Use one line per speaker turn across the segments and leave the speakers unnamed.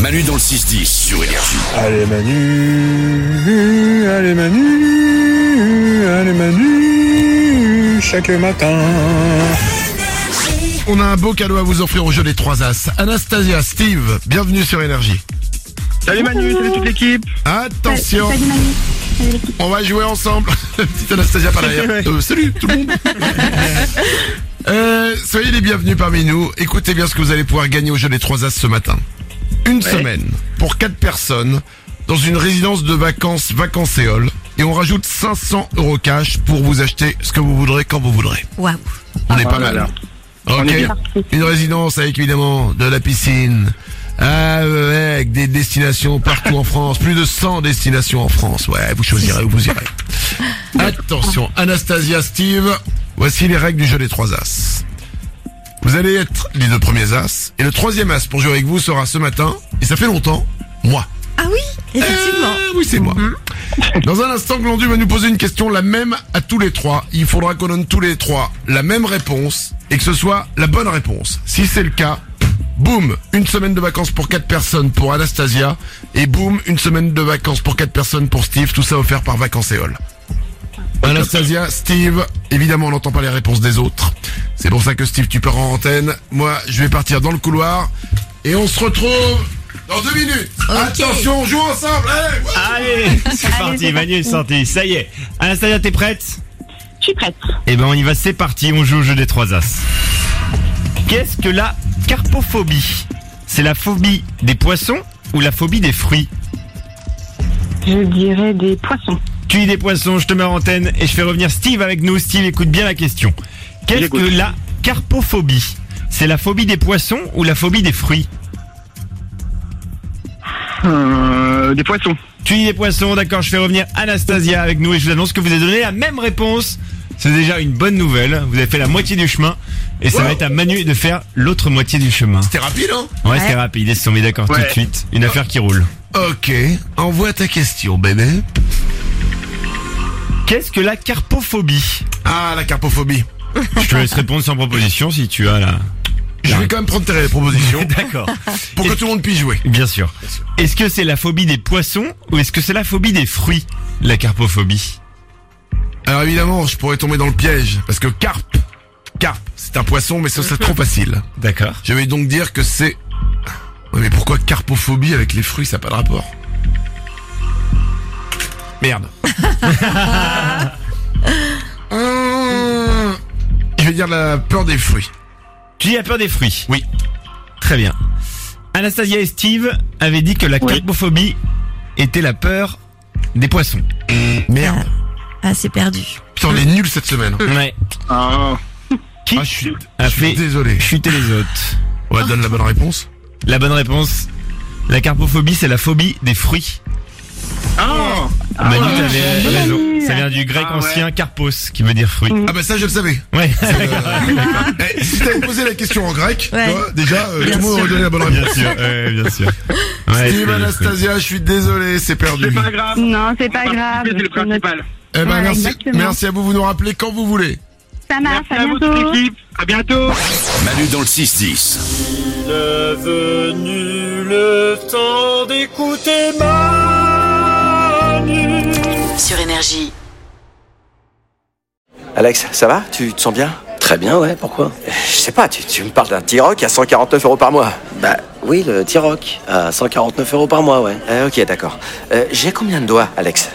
Manu dans le 6-10 sur Énergie.
Allez Manu, allez Manu, allez Manu, chaque matin.
On a un beau cadeau à vous offrir au jeu des 3 As. Anastasia, Steve, bienvenue sur Énergie.
Salut Manu, salut toute l'équipe.
Attention,
Salut Manu. Salut l'équipe.
on va jouer ensemble. Petite Anastasia par derrière. Euh, salut tout le monde. Euh, soyez les bienvenus parmi nous. Écoutez bien ce que vous allez pouvoir gagner au jeu des 3 As ce matin. Une semaine pour quatre personnes dans une résidence de vacances Vacancéole. Et on rajoute 500 euros cash pour vous acheter ce que vous voudrez quand vous voudrez.
Waouh.
On est pas mal.
là.
Ok.
est
Une résidence avec évidemment de la piscine, Ah, avec des destinations partout en France, plus de 100 destinations en France. Ouais, vous choisirez où vous irez. Attention, Anastasia, Steve, voici les règles du jeu des trois as. Vous allez être les deux premiers as et le troisième as pour jouer avec vous sera ce matin et ça fait longtemps moi.
Ah oui, effectivement.
Euh, oui, c'est moi. Dans un instant, Glandu va nous poser une question, la même à tous les trois. Il faudra qu'on donne tous les trois la même réponse et que ce soit la bonne réponse. Si c'est le cas, boum, une semaine de vacances pour quatre personnes pour Anastasia et boum, une semaine de vacances pour quatre personnes pour Steve. Tout ça offert par Vacanceol. Anastasia, Steve, évidemment on n'entend pas les réponses des autres. C'est pour ça que Steve, tu pars en antenne. Moi, je vais partir dans le couloir et on se retrouve dans deux minutes. Attention, on joue ensemble. Allez, ouais.
Allez, c'est parti,
c'est
Manu est sorti. Ça y est. Anastasia, t'es prête
Je suis prête.
Eh ben, on y va, c'est parti, on joue au jeu des trois as. Qu'est-ce que la carpophobie C'est la phobie des poissons ou la phobie des fruits
Je dirais des poissons.
Tu dis des poissons, je te mets en antenne et je fais revenir Steve avec nous. Steve, écoute bien la question. Qu'est-ce
J'écoute.
que la carpophobie C'est la phobie des poissons ou la phobie des fruits
Euh, des poissons.
Tu dis des poissons, d'accord, je fais revenir Anastasia avec nous et je vous annonce que vous avez donné la même réponse. C'est déjà une bonne nouvelle, vous avez fait la moitié du chemin et ça va être à Manu de faire l'autre moitié du chemin.
C'était rapide, hein
Ouais, c'était rapide, ils se sont mis d'accord tout
Ouais.
de suite. Une affaire qui roule.
Ok, envoie ta question, bébé.
Qu'est-ce que la carpophobie
Ah, la carpophobie.
Je te laisse répondre sans proposition si tu as la...
Je vais quand même prendre tes propositions
D'accord,
pour que tout le monde puisse jouer.
bien sûr. Est-ce que c'est la phobie des poissons ou est-ce que c'est la phobie des fruits La carpophobie.
Alors évidemment, je pourrais tomber dans le piège parce que carpe, carpe, c'est un poisson, mais ça serait trop facile.
D'accord.
Je vais donc dire que c'est. Ouais, mais pourquoi carpophobie avec les fruits, ça n'a pas de rapport Merde. Hum, Je vais dire la peur des fruits.
Tu as peur des fruits
Oui.
Très bien. Anastasia et Steve avaient dit que la
Oui.
carpophobie était la peur des poissons.
Merde.
Ah, c'est perdu.
Putain, on est nuls cette semaine.
Ouais.
Ah,
Qui
Ah, je suis,
a
je suis
fait
désolé.
chuter les autres
Ouais, donne la bonne réponse.
Mm.
La bonne réponse, la carpophobie, c'est la phobie des fruits.
ah,
Manu, t'avais
Manu.
raison. Ça vient du grec
Ah ouais.
ancien carpos, qui veut dire fruit.
Ah bah ça, je le savais. Euh,
Ouais.
Eh, si t'avais posé la question en grec,
Ouais.
tu vois, déjà, euh, tout
Bien
le monde
sûr.
aurait donné la bonne réponse.
bien sûr, ouais, bien sûr. Ouais,
Steve,
c'est-
Anastasia, je suis désolé, c'est perdu.
c'est pas grave.
Non, c'est pas
On va
grave.
participer, C'est le principal.
Eh ben,
Ouais,
merci,
exactement.
merci à vous, vous nous rappelez quand vous voulez.
Ça marche,
Merci à vous toute l'équipe. À bientôt.
Manu dans le 6-10.
Il est venu le temps d'écouter Manu.
Sur Énergie.
Alex, ça va Tu te sens bien Euh,
Très bien, ouais, pourquoi
Je sais pas, tu, tu me parles d'un T-Rock à 149 euros par mois.
Bah oui, le T-Rock, à 149 euros par mois, ouais.
Euh, ok, d'accord. Euh, J'ai combien de doigts, Alex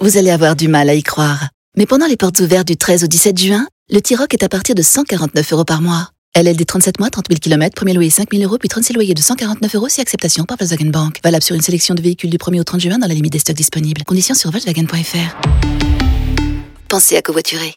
Vous allez avoir du mal à y croire. Mais pendant les portes ouvertes du 13 au 17 juin, le T-Rock est à partir de 149 euros par mois. LLD 37 mois, 30 000 km, premier loyer 5 000 euros, puis 36 loyers de 149 euros si acceptation par Volkswagen Bank. Valable sur une sélection de véhicules du 1er au 30 juin dans la limite des stocks disponibles. Conditions sur Volkswagen.fr. Pensez à covoiturer.